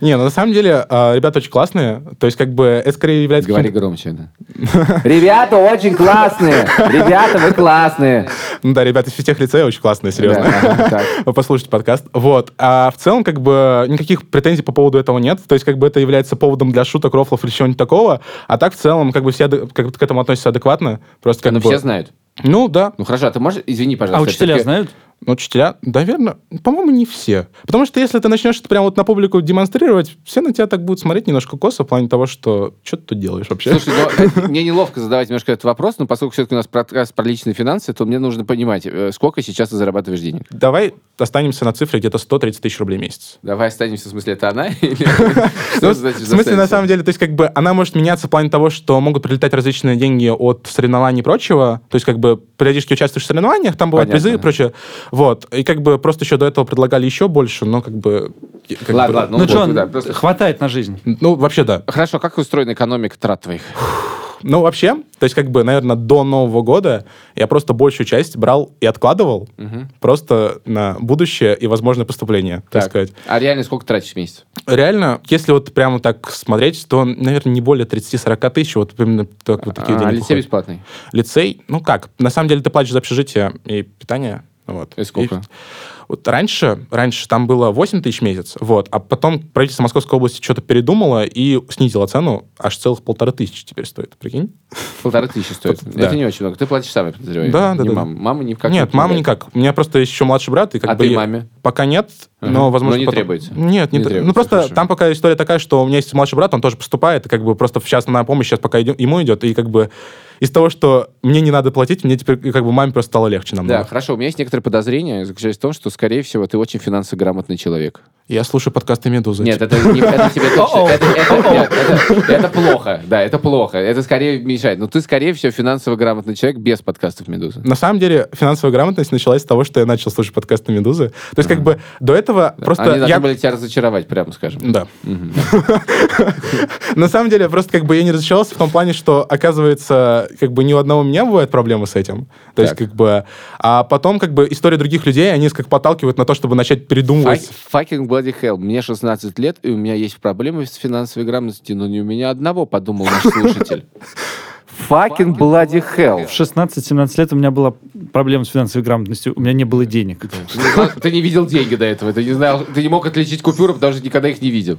S7: Не, ну, на самом деле, э, ребята очень классные. То есть, как бы, это скорее является...
S2: Говори
S7: каким-то-
S2: громче, да. Ребята очень классные! Ребята, вы классные!
S7: Ну да, ребята из тех лицея очень классные, серьезно.
S2: Да, ага, так.
S7: Вы Послушайте подкаст. Вот. А в целом, как бы, никаких претензий по поводу этого нет. То есть, как бы, это является поводом для шуток, рофлов или чего-нибудь такого. А так, в целом, как бы, все ады- как бы к этому относятся адекватно. Просто как
S2: Ну,
S7: бы...
S2: все знают.
S7: Ну, да.
S2: Ну хорошо, а ты можешь, извини, пожалуйста.
S3: А учителя
S2: всё-таки-
S3: знают?
S7: Ну, Учителя, наверное, по-моему, не все. Потому что если ты начнешь это прямо вот на публику демонстрировать, все на тебя так будут смотреть немножко косо в плане того, что что ты тут делаешь вообще.
S2: Слушай, ну, э, мне неловко задавать немножко этот вопрос, но поскольку все-таки у нас подкаст про личные финансы, то мне нужно понимать, э, сколько сейчас ты зарабатываешь денег.
S7: Давай останемся на цифре где-то 130 тысяч рублей в месяц.
S2: Давай останемся, в смысле, это она? или-
S7: Ну,
S2: Что
S7: в
S2: значит
S7: смысле, на
S2: останемся?
S7: самом деле, то есть, как бы, она может меняться в плане того, что могут прилетать различные деньги от соревнований и прочего. То есть, как бы, периодически участвуешь в соревнованиях, там бывают
S2: Понятно.
S7: призы и прочее. Вот. И, как бы, просто еще до этого предлагали еще больше, но, как бы... как
S2: Ладно,
S7: бы-
S2: ладно,
S3: Ну,
S2: вот,
S3: что,
S2: да, просто-
S3: хватает на жизнь.
S7: Ну, вообще, да.
S2: Хорошо, как устроена экономика трат твоих?
S7: Ну, вообще, то есть, как бы, наверное, до Нового года я просто большую часть брал и откладывал просто на будущее и возможное поступление, так, сказать.
S2: А реально сколько тратишь в месяц?
S7: Реально, если вот прямо так смотреть, то, наверное, не более 30-40 тысяч, вот именно так, вот такие
S2: А,
S7: деньги.
S2: лицей
S7: уходят.
S2: бесплатный.
S7: Лицей, ну как, на самом деле ты платишь за общежитие и питание. Вот.
S2: И сколько?
S7: вот раньше, раньше там было 8 тысяч в месяц, вот, а потом правительство Московской области что-то передумало и снизило цену, аж целых полторы тысячи теперь стоит, прикинь?
S2: Полторы тысячи стоит.
S7: Да.
S2: Это не очень много. Ты платишь сам, я подозреваю.
S7: Да, да,
S2: Не
S7: да.
S2: мама. Мама никак
S7: Нет,
S2: не
S7: мама
S2: помогает.
S7: никак. У меня просто есть еще младший брат, и как
S2: А
S7: бы
S2: ты
S7: я-
S2: маме?
S7: Пока нет,
S2: Ага.
S7: но возможно.
S2: Но не
S7: потом-
S2: требуется.
S7: Нет, не,
S2: Не
S7: тре-
S2: требуется,
S7: Ну просто
S2: хорошо.
S7: там пока история такая, что у меня есть младший брат, он тоже поступает, и как бы просто сейчас на помощь сейчас пока идё- ему идет, и как бы из того, что мне не надо платить, мне теперь и как бы маме просто стало легче намного.
S2: Да, хорошо. У меня есть некоторые подозрения, заключаются в том, что, скорее всего, ты очень финансово грамотный человек.
S7: Я слушаю подкасты Медузы.
S2: Нет, это не- это тебе точно. это- это- нет, это- Это плохо. Да, это плохо. Это скорее мешает. Но ты, скорее всего, финансово грамотный человек без подкастов «Медузы».
S7: На самом деле, финансовая грамотность началась с того, что я начал слушать подкасты Медузы. То есть, как бы до этого просто
S2: Они должны
S7: я.
S2: были тебя разочаровать, прямо скажем.
S7: Да. На самом деле, просто как бы я не разочаровался в том плане, что, оказывается, как бы ни у одного меня бывают проблемы с этим. То есть,
S2: Так.
S7: как бы... А потом, как бы, истории других людей, они как подталкивают на то, чтобы начать передумывать.
S2: Fucking bloody hell. Мне 16 лет, и у меня есть проблемы с финансовой грамотностью, но не у меня одного, подумал наш слушатель. fucking bloody hell.
S3: В 16-17 лет у меня была проблема с финансовой грамотностью. У меня не было денег.
S2: Ты не знал- Ты не видел деньги до этого, ты не знал, ты не мог отличить купюры, потому что никогда их не видел.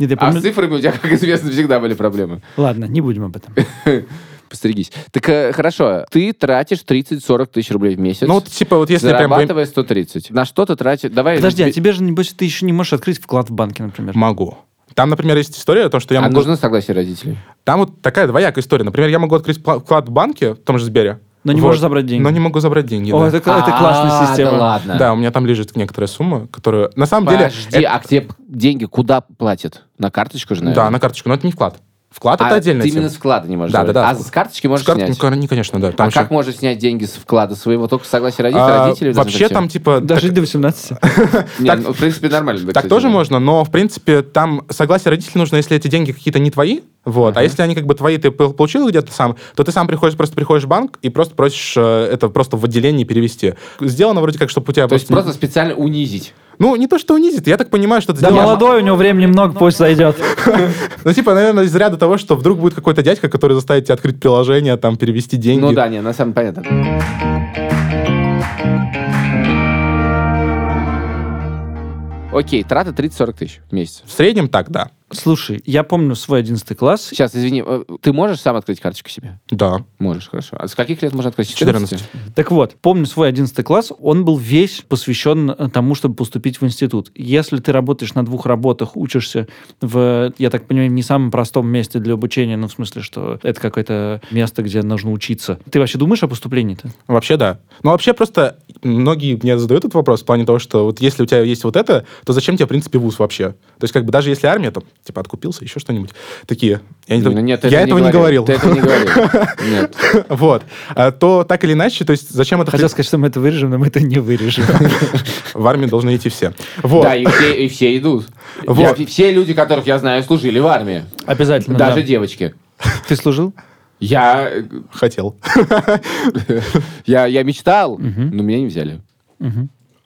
S3: Нет, я
S2: А с
S3: помню-
S2: цифрами у тебя, как известно, всегда были проблемы.
S3: Ладно, не будем об этом.
S2: Постерегись. Так э, хорошо, ты тратишь 30-40 тысяч рублей в месяц.
S7: Ну, вот, типа, вот если прям... прям-
S2: зарабатывая 130. На что ты тратишь? Давай.
S3: Подожди, а
S2: бе-
S3: тебе же, небось, ты еще не можешь открыть вклад в банке, например.
S7: Могу. Там, например, есть история, то, что я
S2: А
S7: могу...
S2: нужно согласие родителей?
S7: Там вот такая двоякая история. Например, я могу открыть пла- вклад в банке, в том же Сбере.
S3: Но не
S7: Вот.
S3: можешь забрать деньги.
S7: Но не могу забрать деньги.
S3: О,
S7: да.
S3: это, кла- это классная
S2: А, Да
S3: система.
S2: ладно.
S7: Да, у меня там лежит некоторая сумма, которую... На самом
S2: Подожди,
S7: деле...
S2: а к тебе деньги куда платят? На карточку же,
S7: это-
S2: наверное?
S7: Да, на карточку, но это не вклад. Вклад
S2: А
S7: это отдельно.
S2: ты именно с вклада не можешь
S7: Да, да,
S2: забрать?
S7: да.
S2: А с карточки можешь снять?
S7: Не, конечно, да.
S2: А
S7: там
S2: как
S7: еще-
S2: можно снять деньги с вклада своего? Только с согласия родителей?
S7: А,
S2: родителей вот это
S7: Вообще
S2: зачем?
S7: там, типа...
S3: Дожить
S7: так-
S3: до 18.
S2: Не,
S7: так-
S2: ну, в принципе, нормально.
S7: Так тоже можно, но, в принципе, там согласие родителей нужно, если эти деньги какие-то не твои, вот, а если они как бы твои, ты пол- получил где-то сам, то ты сам приходишь, просто приходишь в банк и просто просишь э, это просто в отделении перевести. Сделано вроде как, чтобы у тебя
S2: То есть
S7: не-
S2: просто специально унизить.
S7: Ну, не то, что унизит, я так понимаю, что это
S3: Да
S7: сделано-
S3: молодой, у него времени много, пусть зайдет.
S7: Ну, типа, наверное, из ряда того, что вдруг будет какой-то дядька, который заставит тебя открыть приложение, там, перевести деньги.
S2: Ну да, не, на самом деле понятно. Окей, трата 30-40 тысяч в месяц.
S7: В среднем так, да.
S3: Слушай, я помню свой 11 класс.
S2: Сейчас, извини, э, ты можешь сам открыть карточку себе?
S7: Да.
S2: Можешь, хорошо. А с каких лет можно открыть? С
S7: 14.
S3: Так вот, помню свой 11 класс, он был весь посвящен э, тому, чтобы поступить в институт. Если ты работаешь на двух работах, учишься в, я так понимаю, не самом простом месте для обучения, ну, в смысле, что это какое-то место, где нужно учиться. Ты вообще думаешь о поступлении-то?
S7: Вообще, да. Ну, вообще, просто многие мне задают этот вопрос в плане того, что вот если у тебя есть вот это, то зачем тебе, в принципе, вуз вообще? То есть, как бы, даже если армия, там, типа, откупился, еще что-нибудь. Такие. Я, не-
S2: Ну, нет, ты
S7: я этого не говорил.
S2: Ты этого не говорил. Нет.
S7: Вот. А, То так или иначе, то есть, зачем это... в
S3: Хотел
S7: принципе,
S3: сказать, что мы это вырежем, но мы это не вырежем.
S7: В армию должны идти все. Вот.
S2: Да, и все, и все идут.
S7: Вот.
S2: Я- все люди, которых я знаю, служили в армии.
S7: Ну
S3: Обязательно.
S2: Даже
S3: да.
S2: девочки.
S3: Ты служил?
S2: Я, э,
S7: Хотел.
S2: я, я мечтал, но меня не взяли.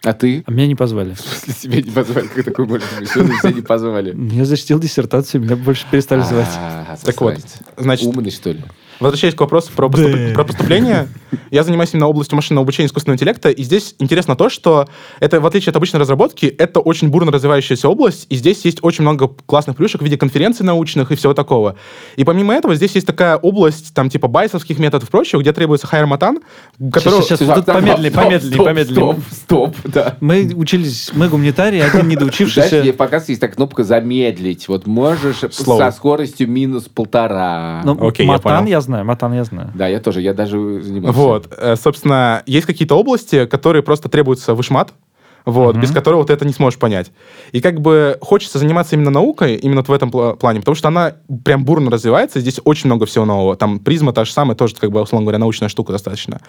S2: А ты?
S3: А меня не позвали.
S2: Если тебя не позвали, как такое может быть? Что значит, тебя не позвали?
S3: Я защитил диссертацию, меня больше перестали звать.
S2: А,
S7: Так вот,
S2: сосранец.
S7: значит-
S2: Умный, что ли?
S7: Возвращаясь к вопросу про, поступ- про поступление, я занимаюсь именно областью машинного обучения искусственного интеллекта, и здесь интересно то, что это, в отличие от обычной разработки, это очень бурно развивающаяся область, и здесь есть очень много классных плюшек в виде конференций научных и всего такого. И помимо этого, здесь есть такая область, там, типа, байсовских методов и прочего, где требуется хайр-матан, которого...
S3: Сейчас, вот тут
S2: Так,
S3: помедленнее,
S2: стоп,
S3: помедленнее,
S2: стоп,
S3: помедленнее.
S2: Стоп, стоп, да.
S3: Мы учились, мы гуманитарии, один
S2: Знаешь,
S3: недоучившийся.
S2: есть- показывается, есть такая кнопка «замедлить». Вот можешь
S7: Слово.
S2: со скоростью минус полтора.
S3: Ну,
S7: Окей, я
S3: матан
S7: понял.
S3: я знаю, матан я знаю.
S2: Да, я тоже, я даже занимался.
S7: Вот, э, собственно, есть какие-то области, которые просто требуются вышмат, вот, без которого ты это не сможешь понять. И как бы хочется заниматься именно наукой, именно в этом пла- плане, потому что она прям бурно развивается, и здесь очень много всего нового. Там призма та же самая, тоже, как бы, условно говоря, научная штука достаточно.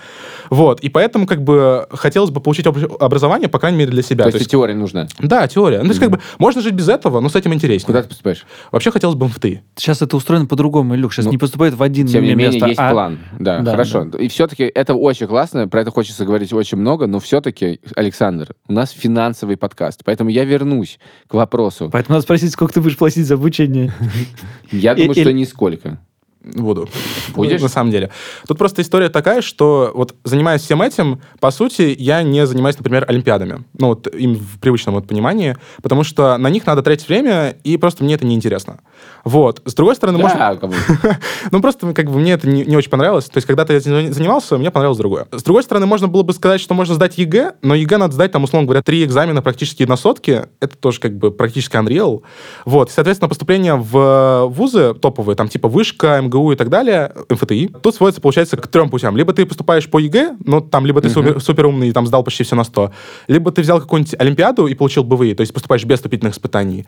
S7: Вот, и поэтому, как бы, хотелось бы получить об- образование, по крайней мере, для себя.
S2: То
S7: То
S2: есть и теория нужна.
S7: есть- да, теория. Ну, то есть, как бы, можно жить без этого, но с этим интереснее.
S2: Куда ты поступаешь?
S7: Вообще хотелось бы в МФТИ.
S3: Сейчас это устроено по-другому, Илюх. Сейчас не поступает в один
S2: Тем не
S3: место,
S2: менее, есть
S3: а-
S2: план. Да,
S3: Да,
S2: хорошо. И все-таки это очень классно, про это хочется говорить очень много, но все-таки, Александр, у нас финансовый подкаст, поэтому я вернусь к вопросу.
S3: Поэтому надо спросить, сколько ты будешь платить за обучение.
S2: Я
S3: И-
S2: думаю,
S3: или-
S2: что нисколько.
S7: Буду.
S2: Будешь?
S7: На самом деле. Тут просто история такая, что вот занимаясь всем этим, по сути, я не занимаюсь, например, олимпиадами. Ну, вот им в привычном вот понимании. Потому что на них надо тратить время, и просто мне это неинтересно. Вот. С другой стороны, можно...
S2: Да, кому?
S7: Ну, просто как бы мне это не, не очень понравилось. То есть, когда-то я этим занимался, мне понравилось другое. С другой стороны, можно было бы сказать, что можно сдать ЕГЭ, но ЕГЭ надо сдать, там, условно говоря, три экзамена практически на сотки. Это тоже как бы практически Unreal. Вот. И, соответственно, поступление в э, вузы топовые, там, типа Вышка, МГУ и так далее, МФТИ, тут сводится, получается, к трем путям. Либо ты поступаешь по ЕГЭ, ну, там, либо ты супер, умный, там, сдал почти все на 100. Либо ты взял какую-нибудь Олимпиаду и получил БВИ, то есть поступаешь без вступительных испытаний.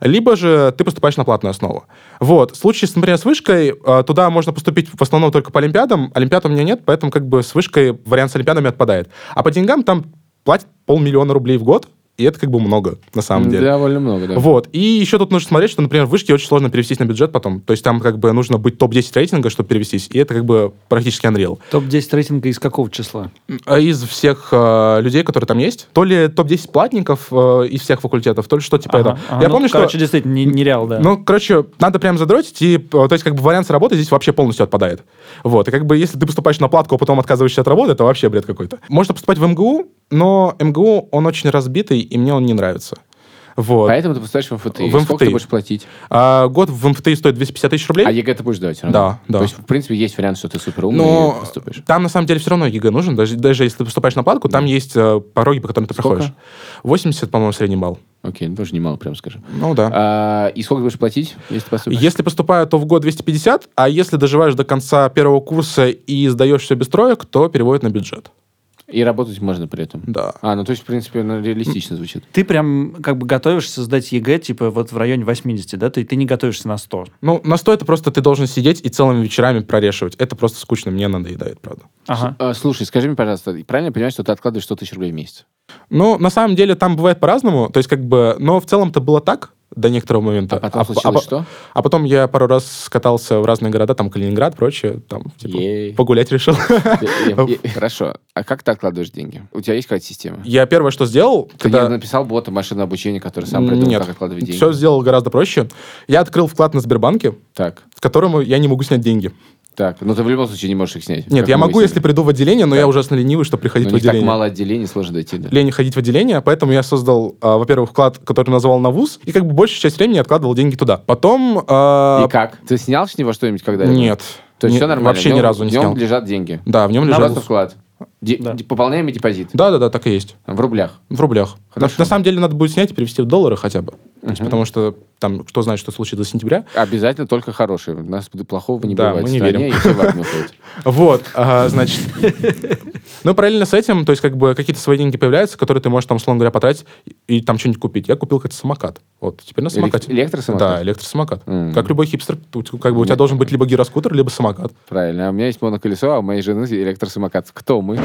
S7: Либо же ты поступаешь на платную основу. Вот. В случае, с, например, с вышкой, э, туда можно поступить в основном только по Олимпиадам. Олимпиад у меня нет, поэтому как бы с вышкой вариант с Олимпиадами отпадает. А по деньгам там платят полмиллиона рублей в год, И это как бы много, на самом деле.
S2: Довольно много, да.
S7: Вот. И еще тут нужно смотреть, что, например, в вышке очень сложно перевестись на бюджет потом. То есть там как бы нужно быть топ-10 рейтинга, чтобы перевестись. И это как бы практически Unreal.
S3: Топ-10 рейтинга из какого числа?
S7: А Из всех э, людей, которые там есть, то ли топ-10 платников э, из всех факультетов, то ли что типа
S3: Ага,
S7: этого.
S3: ага,
S7: Я
S3: ну,
S7: помню, что...
S3: Короче, действительно, не- нереал, да.
S7: Ну, короче, надо прям задротить, и, э, то есть, как бы, вариант работы здесь вообще полностью отпадает. Вот, и как бы, если ты поступаешь на платку, а потом отказываешься от работы, это вообще бред какой-то. Можно поступать в МГУ, но МГУ, он очень разбитый, и мне он не нравится. Вот.
S2: Поэтому ты поступаешь в МФТИ.
S7: В
S2: Сколько ты
S7: МФТИ.
S2: будешь платить?
S7: А год в МФТИ стоит 250 тысяч рублей.
S2: А ЕГЭ ты будешь давать всё равно?
S7: Да, да.
S2: То есть, в принципе, есть вариант, что ты супер умный
S7: Но
S2: и поступишь.
S7: там на самом деле все равно ЕГЭ нужен, даже, даже если ты поступаешь на платку, там есть э, пороги, по которым ты
S2: Сколько?
S7: проходишь. 80, по-моему, средний балл.
S2: Окей, ну тоже немало, прям скажем.
S7: Ну да.
S2: А, и сколько ты будешь платить, если ты поступишь?
S7: Если поступаю, то в год 250, а если доживаешь до конца первого курса и сдаешь все без троек, то переводят на бюджет.
S2: И работать можно при этом.
S7: Да.
S2: А, ну то есть, в принципе, ну, реалистично звучит.
S3: Ты прям как бы готовишься сдать ЕГЭ, типа, вот в районе 80, да? Ты, ты не готовишься на 100.
S7: Ну, на 100 это просто ты должен сидеть и целыми вечерами прорешивать. Это просто скучно, мне надоедает, правда.
S3: Ага.
S2: А, слушай, скажи мне, пожалуйста, правильно я понимаю, что ты откладываешь 100 тысяч рублей в месяц?
S7: Ну, на самом деле там бывает по-разному, то есть как бы, но в целом-то было так до некоторого момента.
S2: А потом случилось
S7: по-
S2: что?
S7: А потом я пару раз катался в разные города, там Калининград, прочее, там типа,
S2: Ей.
S7: погулять решил.
S2: Я- я- я- Хорошо. А как ты откладываешь деньги? У тебя есть какая-то система?
S7: Я первое, что сделал,
S2: Ты
S7: когда-
S2: не написал бота машинное обучение, который сам придумал,
S7: Нет.
S2: как откладывать деньги?
S7: Все сделал гораздо проще. Я открыл вклад на Сбербанке,
S2: Так,
S7: к которому я не могу снять деньги.
S2: так. Но ты в любом случае не можешь их снять.
S7: Нет,
S2: как
S7: я
S2: мы
S7: могу,
S2: выяснили.
S7: если приду в отделение, но я ужасно ленивый, чтобы приходить
S2: Но
S7: в
S2: у них так
S7: отделение.
S2: мало отделений, сложно дойти. да.
S7: лень ходить в отделение, поэтому я создал, а, во-первых, вклад, который назвал на ВУЗ, и как бы большую часть времени откладывал деньги туда. Потом... а,
S2: И как? Ты снял с него что-нибудь когда-нибудь?
S7: Нет.
S2: То есть
S7: Не-
S2: все нормально?
S7: Вообще
S2: в нем-
S7: ни разу не
S2: В нем
S7: снял.
S2: лежат деньги.
S7: Да, в нем лежал
S2: Просто
S7: ВУЗ.
S2: вклад. Де-
S3: Да.
S2: де- Пополняем и депозит.
S7: Да-да-да, так и есть.
S2: В рублях.
S7: В рублях. На, на самом деле надо будет снять и перевести в доллары хотя бы. То есть потому что там, кто знает, что случится до сентября.
S2: Обязательно только хорошие. У нас плохого не
S7: Да,
S2: бывает
S7: мы
S2: в
S7: не
S2: стране,
S7: верим.
S2: и все в армию ходят.
S7: Вот, а, значит... Ну, параллельно с этим, то есть как бы какие-то свои деньги появляются, которые ты можешь там, условно говоря, потратить и там что-нибудь купить. Я купил какой-то самокат. Вот, теперь на
S2: Элек-
S7: самокате.
S2: электросамокат?
S7: Да, электросамокат.
S2: М.
S7: Как любой хипстер, у тебя- как бы у тебя должен быть либо гироскутер, либо самокат.
S2: Правильно. А у меня есть моноколесо, а у моей жены электросамокат. Кто мы?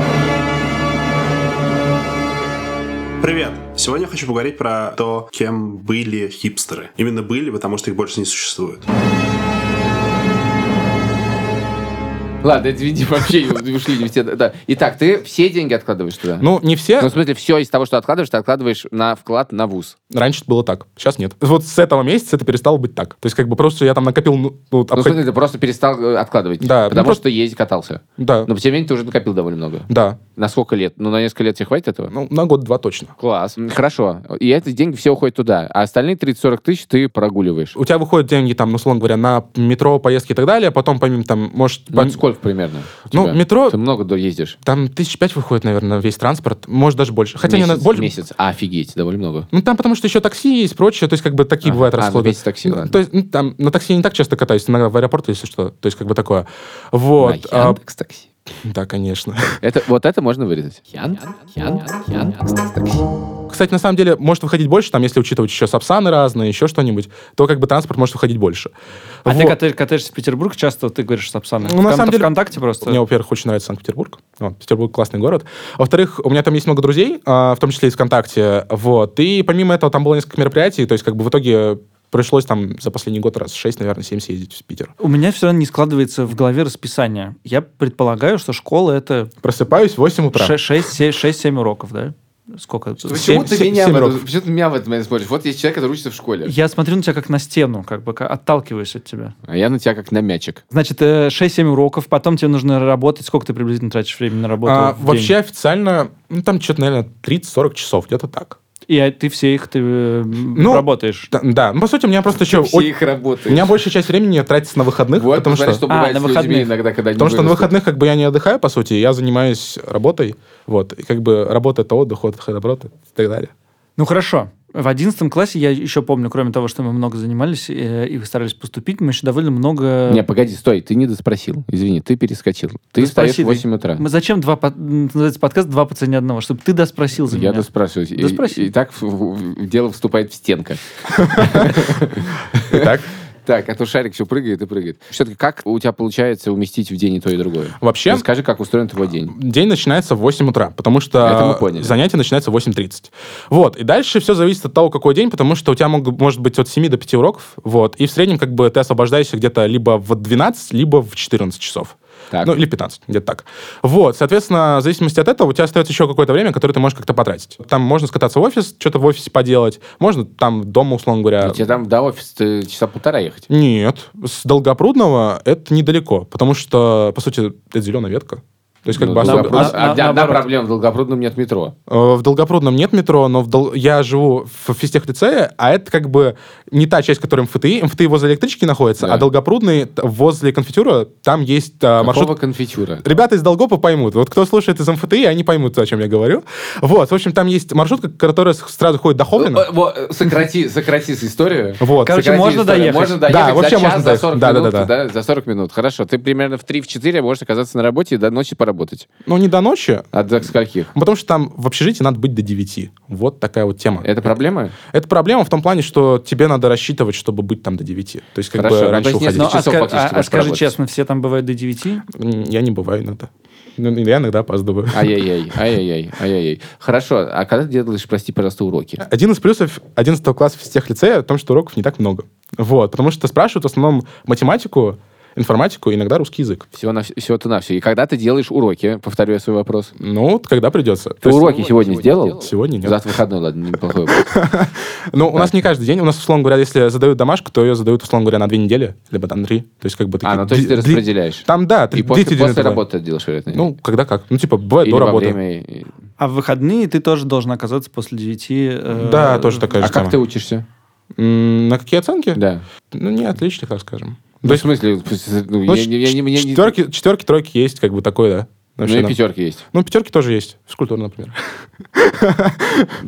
S1: Привет! Сегодня я хочу поговорить про то, кем были хипстеры. Именно были, потому что их больше не существует.
S2: Ладно, извини, вообще ушли не в те- да. Итак, ты все деньги откладываешь туда?
S7: Ну, не все.
S2: Ну, в смысле, все из того, что откладываешь, ты откладываешь на вклад на ВУЗ.
S7: Раньше это было так, сейчас нет. Вот с этого месяца это перестало быть так. То есть как бы просто я там накопил... Ну, ну,
S2: Ну, в
S7: обход-
S2: смысле, ты просто перестал э, откладывать.
S7: Да, ну,
S2: Потому
S7: просто-
S2: что ездить катался.
S7: Да,
S2: Но, тем не менее, ты уже накопил довольно много.
S7: да.
S2: На сколько лет? Ну, на несколько лет тебе хватит этого?
S7: Ну, на год-два точно.
S2: Класс. М, Хорошо. И эти деньги все уходят туда. А остальные 30-40 тысяч ты прогуливаешь.
S7: У тебя выходят деньги там, ну, условно говоря, на метро, поездки и так далее, а потом помимо там, может...
S2: Ну,
S7: пом-
S2: это сколько примерно? у
S7: Ну,
S2: тебя?
S7: метро-
S2: Ты много до- ездишь.
S7: Там тысяч пять выходит, наверное, весь транспорт. Может, даже больше. Хотя
S2: месяц,
S7: не на... больше.
S2: месяц. А, офигеть, довольно много.
S7: Ну, там потому что еще такси есть, прочее. То есть, как бы, такие
S2: А,
S7: бывают
S2: а, ну,
S7: расходы.
S2: вместе такси,
S7: Ну,
S2: ладно.
S7: То есть, ну, там, на такси я не так часто катаюсь. Иногда в аэропорт, если что. То есть, как бы, такое. Вот.
S2: На
S7: а,
S2: Яндекс такси.
S7: да, конечно.
S2: Это, вот это можно вырезать. Ян, Ян, Ян, такси.
S7: Кстати, на самом деле, может выходить больше, там, если учитывать еще сапсаны разные, еще что-нибудь, то, как бы, транспорт может выходить больше.
S3: А ты
S7: Вот.
S3: ката- катаешься в Петербург часто, ты говоришь с Апсаной?
S7: Ну, на самом деле-
S3: ВКонтакте просто?
S7: Мне, во-первых, очень нравится Санкт-Петербург. Вот, Петербург классный город. Во-вторых, у меня там есть много друзей, а, в том числе из ВКонтакте. Вот. И помимо этого там было несколько мероприятий. То есть, как бы в итоге пришлось там за последний год раз 6, наверное, 7 съездить в Питер.
S3: У меня все равно не складывается в голове расписание. Я предполагаю, что школа это
S7: Просыпаюсь в 8 утра.
S3: 6-7 уроков, да? Сколько?
S2: Почему
S7: Семь-
S2: ты,
S7: семь-
S2: меня в
S7: семь
S2: этом,
S7: уроков.
S2: почему ты меня в этот момент смотришь? Вот есть человек, который учится в школе.
S3: Я смотрю на тебя как на стену, как бы ка- отталкиваюсь от тебя.
S2: А я на тебя как на мячик.
S3: Значит, э, 6-7 уроков, потом тебе нужно работать. Сколько ты приблизительно тратишь времени на работу?
S7: А,
S3: в день?
S7: вообще официально, ну, там что-то, наверное, 30-40 часов, где-то так.
S3: И а, ты все их ты э,
S7: Ну,
S3: работаешь.
S7: Да, да. ну, по сути, у меня просто еще...
S2: Все
S7: о-
S2: их работают.
S7: У меня большая часть времени тратится на выходных,
S2: Вот,
S7: потому что...
S2: посмотри, что
S3: А,
S2: бывает
S3: на
S2: с людьми
S3: выходных.
S2: иногда, когда они
S7: Потому что на
S2: вырастут.
S7: выходных как бы я не отдыхаю, по сути, я занимаюсь работой, вот, и как бы работа — это отдых, отдых — это работа и так далее.
S3: Ну хорошо. В 11 классе я еще помню, кроме того, что мы много занимались э, и старались поступить, мы еще довольно много...
S2: Не, э. погоди, стой, ты не доспросил. Извини, ты перескочил. Ты встаешь в
S3: Э, Спроси
S2: 8 утра.
S3: Мы зачем два... по- м, Называется подкаст «Два по цене одного», чтобы ты доспросил за
S2: Я
S3: меня.
S2: доспрашиваю. И-
S3: Доспроси.
S2: И, так в- в- в дело вступает в стенка.
S7: Итак,
S2: Так, а то шарик все прыгает и прыгает. Все-таки как у тебя получается уместить в день и то, и другое?
S7: Вообще,
S2: Расскажи, как устроен твой день.
S7: день начинается в 8 утра, потому
S2: Это мы
S7: что
S2: поняли.
S7: занятие начинается в 8.30. Вот, и дальше все зависит от того, какой день, потому что у тебя мог- может быть от 7 до 5 уроков, вот, и в среднем как бы ты освобождаешься где-то либо в 12, либо в 14 часов.
S2: Так.
S7: Ну, или 15, где-то так. Вот, соответственно, в зависимости от этого у тебя остается еще какое-то время, которое ты можешь как-то потратить. Там можно скататься в офис, что-то в офисе поделать, можно там дома, условно говоря.
S2: У тебя там до офиса часа полтора ехать.
S7: Нет, с Долгопрудного это недалекко, потому что, по сути, это зеленая ветка. То есть, как
S2: Ну,
S7: бы особо-
S2: Долгопруд-
S3: на-
S2: Одна
S3: на-
S2: одна
S3: А, наоборот.
S2: проблема, в Долгопрудном нет метро.
S7: Э, В Долгопрудном нет метро, но в Дол- я живу в физтехлицее, а это как бы не та часть, которая МФТИ. МФТИ возле электрички находится,
S2: Да.
S7: а Долгопрудный т- возле конфитюра, там есть э, маршрут...
S2: Какого конфитюра?
S7: Ребята из Долгопа поймут. Вот кто слушает из МФТИ, они поймут, о чем я говорю. Вот, в общем, там есть маршрутка, которая с- сразу ходит до Ховлина.
S2: Э, э, вот, э, Сократи, сократи с историю.
S7: Вот.
S3: Короче,
S2: Сократи
S3: можно
S2: историю.
S3: доехать.
S2: Можно доехать
S7: Да,
S2: за
S7: вообще
S2: час,
S7: можно
S2: за
S7: доехать.
S2: 40
S7: Да, да,
S2: минут.
S7: да, да.
S2: За 40 минут. Хорошо. Ты примерно в 3-4 можешь оказаться на работе и до ночи поработать.
S7: Но не до ночи,
S2: А до скольких?
S7: потому что там в общежитии надо быть до 9. Вот такая вот тема.
S2: Это проблема?
S7: Это проблема в том плане, что тебе надо рассчитывать, чтобы быть там до 9. То есть, как
S2: Хорошо, ну,
S7: бы раньше
S2: то есть не
S7: уходить.
S3: Ну, а
S2: часов
S3: ска- а-
S2: фактически
S3: а
S2: можешь
S3: скажи
S2: поработать.
S3: честно, все там бывают до 9?
S7: М, Я не бываю иногда. Ну, Я иногда опаздываю.
S2: А Ай-яй-яй, ай-яй-яй, ай-яй-яй. Хорошо, а когда ты делаешь, прости, пожалуйста, уроки?
S7: Один из плюсов 11 класса физтехлицея в том, что уроков не так много. Вот, потому что спрашивают в основном математику, информатику, иногда русский язык.
S2: Всего на все то на все. И когда ты делаешь уроки, повторю я свой вопрос.
S7: Ну, вот когда придется. То
S2: Ты
S7: есть
S2: уроки сегодня сделал?
S7: Сегодня нет.
S2: Завтра выходной, ладно, неплохой вопрос.
S7: Ну, у нас не каждый день. У нас, условно говоря, если задают домашку, то ее задают, условно говоря, на две недели, либо на три. То есть, как бы...
S2: А,
S7: такие
S2: ну то есть ты
S7: дли- дли-
S2: распределяешь.
S7: Там, да.
S2: И
S7: ты-
S2: после,
S7: длительный
S2: после
S7: такой.
S2: работы это делаешь, вероятно?
S7: Ну, когда как. Ну, типа, бывает
S2: Или
S7: до
S2: во
S7: работы.
S2: время- и-
S3: А в выходные ты тоже должен оказаться после э, 9.
S7: Да, тоже такая
S2: А
S7: же тема.
S2: как ты учишься?
S7: М, На какие оценки?
S2: Да.
S7: Ну, не отлично, так скажем.
S2: Ну,
S7: То
S2: в
S7: есть,
S2: смысле, ну,
S7: ну,
S2: я- я- я не- мне не-
S7: четверки, четверки, тройки есть, как бы такое, да.
S2: Ну,
S7: Вообще,
S2: и
S7: да.
S2: пятерки есть.
S7: Ну, пятерки тоже есть. Физкультура, например.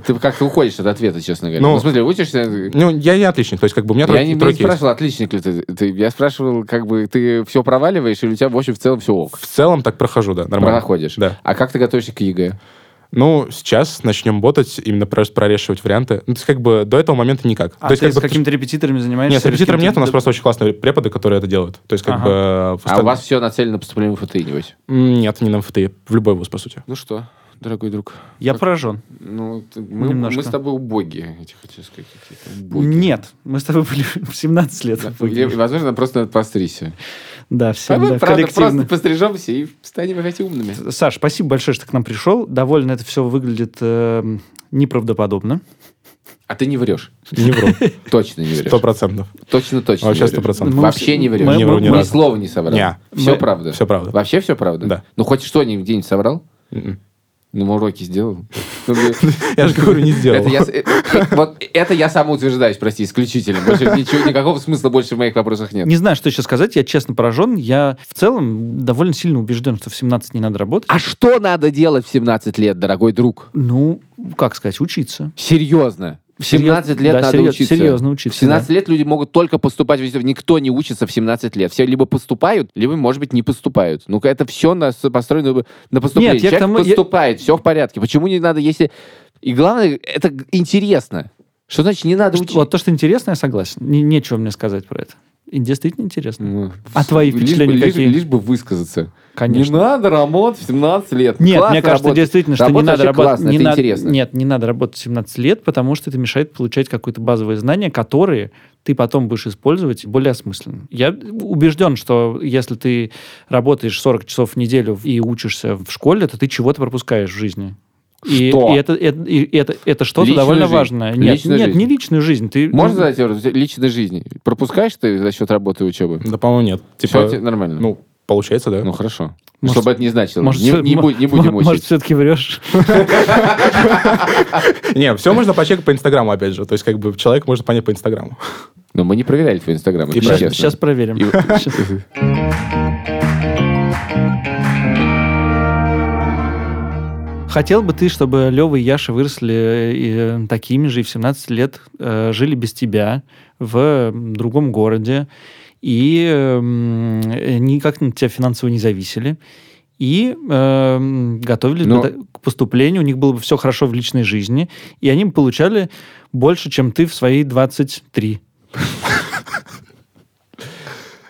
S2: Ты как-то уходишь от ответа, честно говоря.
S7: Ну,
S2: Ну, в смысле, учишься...
S7: Ну, я не отличник, то есть как бы у меня
S2: Я
S7: тройки,
S2: не, не
S7: тройки есть.
S2: спрашивал, отличник ли ты, ты. Я спрашивал, как бы, ты все проваливаешь, или у тебя, в общем, в целом все ок?
S7: В целом так прохожу, да, нормально.
S2: Проходишь.
S7: Да.
S2: А как ты готовишься к ЕГЭ?
S7: Ну, сейчас начнем ботать, именно просто прорешивать варианты. Ну, то есть как бы до этого момента никак.
S3: А
S7: то есть
S3: ты
S7: как
S3: с
S7: бы
S3: какими-то репетиторами занимаешься?
S7: Нет, с
S3: или
S7: репетитором
S3: кем-то-
S7: нет, у нас просто очень классные преподы, которые это делают. То есть как
S3: Ага.
S7: бы...
S2: А
S7: постоянно-
S2: у вас все нацелено на поступление в ФТИ, небось?
S7: М, Нет, не на МФТИ, в любой вуз, по сути.
S2: Ну что, дорогой друг,
S3: Я поражен.
S2: ну, ты- мы,
S3: Немножко.
S2: мы с тобой убогие, я тебе хочу сказать, какие-то убогие.
S3: Нет, мы с тобой были в 17 лет.
S2: Да, я- возможно, нам просто надо постричься.
S3: Да,
S2: А
S3: все,
S2: мы,
S3: да,
S2: правда,
S3: коллективно.
S2: просто пострижемся и станем опять умными.
S3: Саш, спасибо большое, что ты к нам пришел. Довольно это все выглядит эм, неправдоподобно.
S2: А ты не врешь.
S7: Не вру,
S2: Точно не врешь.
S7: сто процентов.
S2: Точно, точно.
S7: Вообще
S2: не врешь.
S7: 100%.
S3: Мы
S2: Вообще не врешь.
S3: мы-
S7: Не
S3: мы-
S7: вру ни
S2: Ни
S3: мы-
S7: разу.
S2: слова не соврал.
S7: Не.
S2: Все
S3: Мы-
S2: правда.
S7: всё правда.
S2: Вообще все правда?
S7: Да.
S2: Ну, хоть что-нибудь где-нибудь соврал?
S7: М-м.
S2: Ну, мы уроки сделал. Ну, блин.
S7: Я же говорю, не сделал.
S2: Это я, с- э, э, вот это я самоутверждаюсь, прости, исключительно. Больше ничего, никакого смысла больше в моих вопросах нет.
S3: Не знаю, что еще сказать. Я честно поражен. Я в целом довольно сильно убежден, что в 17 не надо работать.
S2: А что надо делать в 17 лет, дорогой друг?
S3: Ну, как сказать, учиться.
S2: Серьезно. В 17 лет
S3: Да,
S2: надо
S3: серьез-
S2: учиться.
S3: серьезно учиться,
S2: В 17 лет люди могут только поступать в институт. Никто не учится в 17 лет. Все либо поступают, либо, может быть, не поступают. Ну-ка, это все на, с- построено бы на поступление.
S3: Нет, я к
S2: Человек
S3: тому- я-
S2: поступает, все в порядке. Почему не надо, если... И главное, это г- интересно. Что значит не надо
S3: Что-
S2: учиться?
S3: вот то, что интересно, я согласен. Не- нечего мне сказать про это. И действительно интересно.
S2: Ну,
S3: А
S2: в-
S3: твои
S2: лишь бы-
S3: впечатления
S2: лишь-
S3: какие?
S2: Лишь бы высказаться.
S3: Конечно.
S2: Не ну, надо работать в 17 лет.
S3: Нет,
S2: Классно
S3: мне кажется,
S2: работать.
S3: действительно, что не
S2: Работа
S3: надо
S2: вообще
S3: работать.
S2: классная,
S3: не
S2: это
S3: надо-
S2: интересно.
S3: Нет, не надо работать в 17 лет, потому что это мешает получать какое-то базовое знание, которые ты потом будешь использовать более осмысленно. Я убежден, что если ты работаешь 40 часов в неделю и учишься в школе, то ты чего-то пропускаешь в жизни. И,
S2: Что?
S3: и это, это- и это- это что-то
S2: Личную
S3: довольно
S2: жизнь.
S3: важное. Нет,
S2: Личную
S3: нет
S2: жизнь.
S3: не личную жизнь. Ты, ну,
S2: Можно задать вопрос? личной жизни? Пропускаешь ты за счет работы и учебы?
S7: Да, по-моему, нет.
S2: Все
S7: Типа,
S2: нормально?
S7: ну, получается, да?
S2: Ну хорошо.
S3: Может,
S2: Чтобы это не значило.
S3: может,
S2: не,
S3: всё-
S2: не
S3: мо-
S2: будь- не будем
S3: мо-
S2: учить.
S3: Может, все-таки врешь?
S7: Не, все можно почекать по Инстаграму, опять же. То есть, как бы человек можно понять по Инстаграму.
S2: Но мы не проверяли твой инстаграм, это
S7: правильно.
S2: честно.
S3: Сейчас проверим.
S2: И-
S3: Щас. Хотел бы ты, чтобы Лева и Яша выросли э, такими же и в 17 лет, э, жили без тебя в другом городе, и э, м, э, никак на тебя финансово не зависели, и э, м, готовились
S2: Но-
S3: бы та- к поступлению, у них было бы все хорошо в личной жизни, и они бы получали больше, чем ты в свои 23.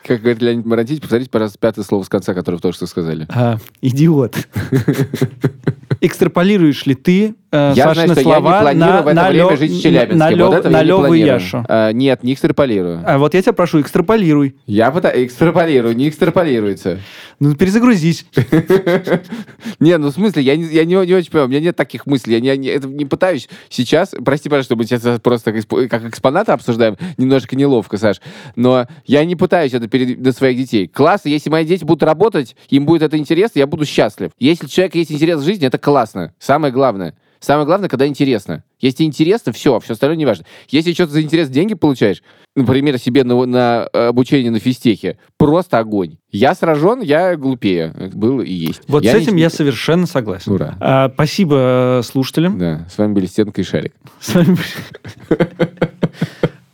S2: Как говорит Леонид Марантич, повторите, пожалуйста, пятое слово с конца, которое вы только что сказали.
S3: А, идиот. Экстраполируешь ли ты э,
S2: Я знаю,
S3: Сашины
S2: что я не
S3: слова
S2: планирую
S3: на,
S2: в это
S3: на
S2: время
S3: Лё-
S2: жить в Челябинске.
S3: на
S2: вот
S3: Лё-
S2: этого
S3: на
S2: я не
S3: Лёву
S2: планирую.
S3: Яшу?
S2: А, нет, не экстраполирую.
S3: А вот я тебя прошу, экстраполируй.
S2: Я пытаюсь... Экстраполирую, не экстраполируется.
S3: Ну, перезагрузись.
S2: Не, ну в смысле, я не, я не, не очень понимаю, у меня нет таких мыслей, я не, не- это не пытаюсь сейчас, прости, пожалуйста, что мы сейчас просто как, экспо- как экспоната обсуждаем, немножко неловко, Саш, но я не пытаюсь это перед до своих детей. Классно, если мои дети будут работать, им будет это интересно, я буду счастлив. Если у человека есть интерес в жизни, это классно, самое главное. Самое главное, когда интересно. Если интересно, все, все остальное не важно. Если что-то за интерес деньги получаешь, например, себе на, на обучение на физтехе, просто огонь. Я сражен, я глупее. Был и есть.
S3: Вот с
S2: не-
S3: этим я совершенно согласен.
S2: Ура.
S3: А, Спасибо э, слушателям.
S2: Да, с вами были Стенка и Шарик.
S3: С вами были-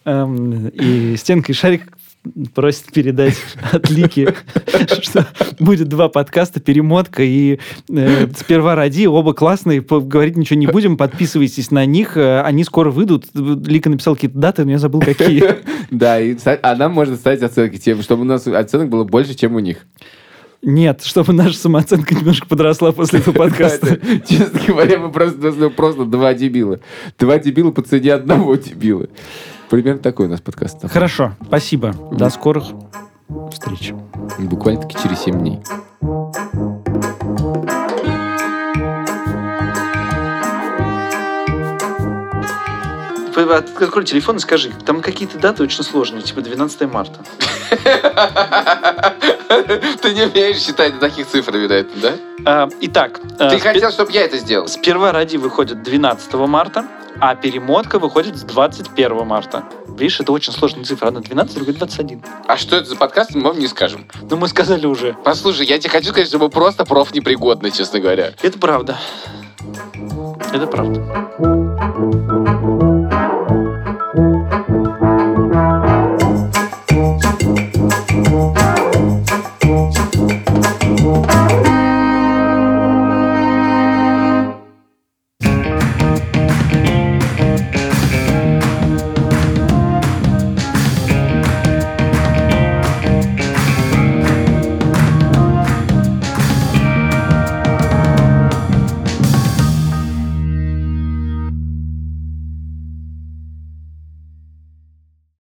S3: Эм, И стенка и шарик просит передать от Лики, что будет два подкаста, перемотка и э, сперва ради, оба классные, по- говорить ничего не будем, подписывайтесь на них, э, они скоро выйдут. Лика написал какие-то даты, но я забыл какие.
S2: Да, и, ста- а нам можно ставить оценки тем, чтобы у нас оценок было больше, чем у них.
S3: Нет, чтобы наша самооценка немножко подросла после этого подкаста.
S2: Это, Честно говоря, мы просто, ну, просто два дебила. Два дебила по цене одного дебила. Примерно такой у нас подкаст. стал.
S3: Хорошо, спасибо. До скорых встреч.
S2: Буквально-таки через 7 дней.
S8: Вы от- открой телефон и скажи, там какие-то даты очень сложные, типа 12 марта.
S2: Ты не умеешь считать до таких цифр, вероятно, да?
S8: А, итак, э, спе-
S2: чтобы я это сделал.
S8: сперва ради выходит 12 марта, а перемотка выходит с 21 марта. Видишь, это очень сложная цифра. Одна 12, другая 21.
S2: А что это за подкаст, мы вам не скажем.
S8: Но мы сказали уже.
S2: Послушай, я тебе хочу сказать, что мы просто проф непригодны, честно говоря.
S8: Это правда. Это правда.